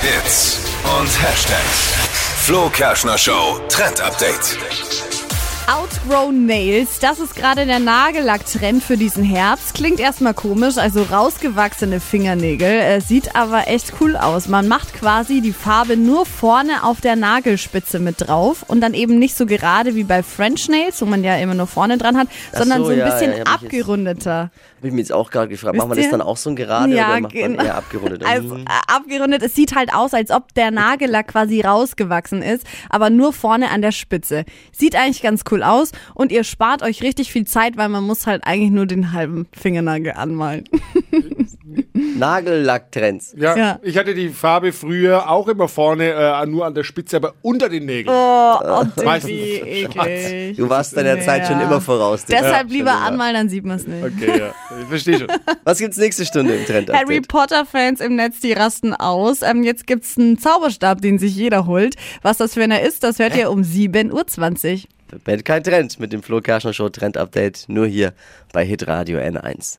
Hits und Hashtags. Flo Kerschner Show Trend Update. Outgrown Nails, das ist gerade der Nagellack-Trend für diesen Herbst. Klingt erstmal komisch, also rausgewachsene Fingernägel. Äh, sieht aber echt cool aus. Man macht quasi die Farbe nur vorne auf der Nagelspitze mit drauf und dann eben nicht so gerade wie bei French Nails, wo man ja immer nur vorne dran hat, Ach sondern so, so ein ja, bisschen ja, ja, hab ich jetzt- abgerundeter. Hab ich mir jetzt auch gerade gefragt, machen wir Wisst das ihr? dann auch so ein gerade oder macht man genau. eher Mhm. abgerundet? Also, äh, abgerundet, es sieht halt aus, als ob der Nagellack quasi rausgewachsen ist, aber nur vorne an der Spitze. Sieht eigentlich ganz cool aus und ihr spart euch richtig viel Zeit, weil man muss halt eigentlich nur den halben Fingernagel anmalen. Nagellacktrends. Ja, Ja. ich hatte die Farbe früher auch immer vorne, äh, nur an der Spitze, aber unter den Nägeln. Oh, oh Meistens wie ist es eklig. Du warst deiner Zeit schon immer voraus. Digga. Deshalb lieber Schon immer. anmalen, dann sieht man es nicht. Okay, ja. Ich verstehe schon. Was gibt's nächste Stunde im Trend? Harry Potter-Fans im Netz, die rasten aus. Ähm, jetzt gibt's einen Zauberstab, den sich jeder holt. Was das für einer ist, das hört ihr um 7.20 Uhr. Bad kein Trend mit dem Flo Kerschner Show Trend Update nur hier bei Hitradio N1.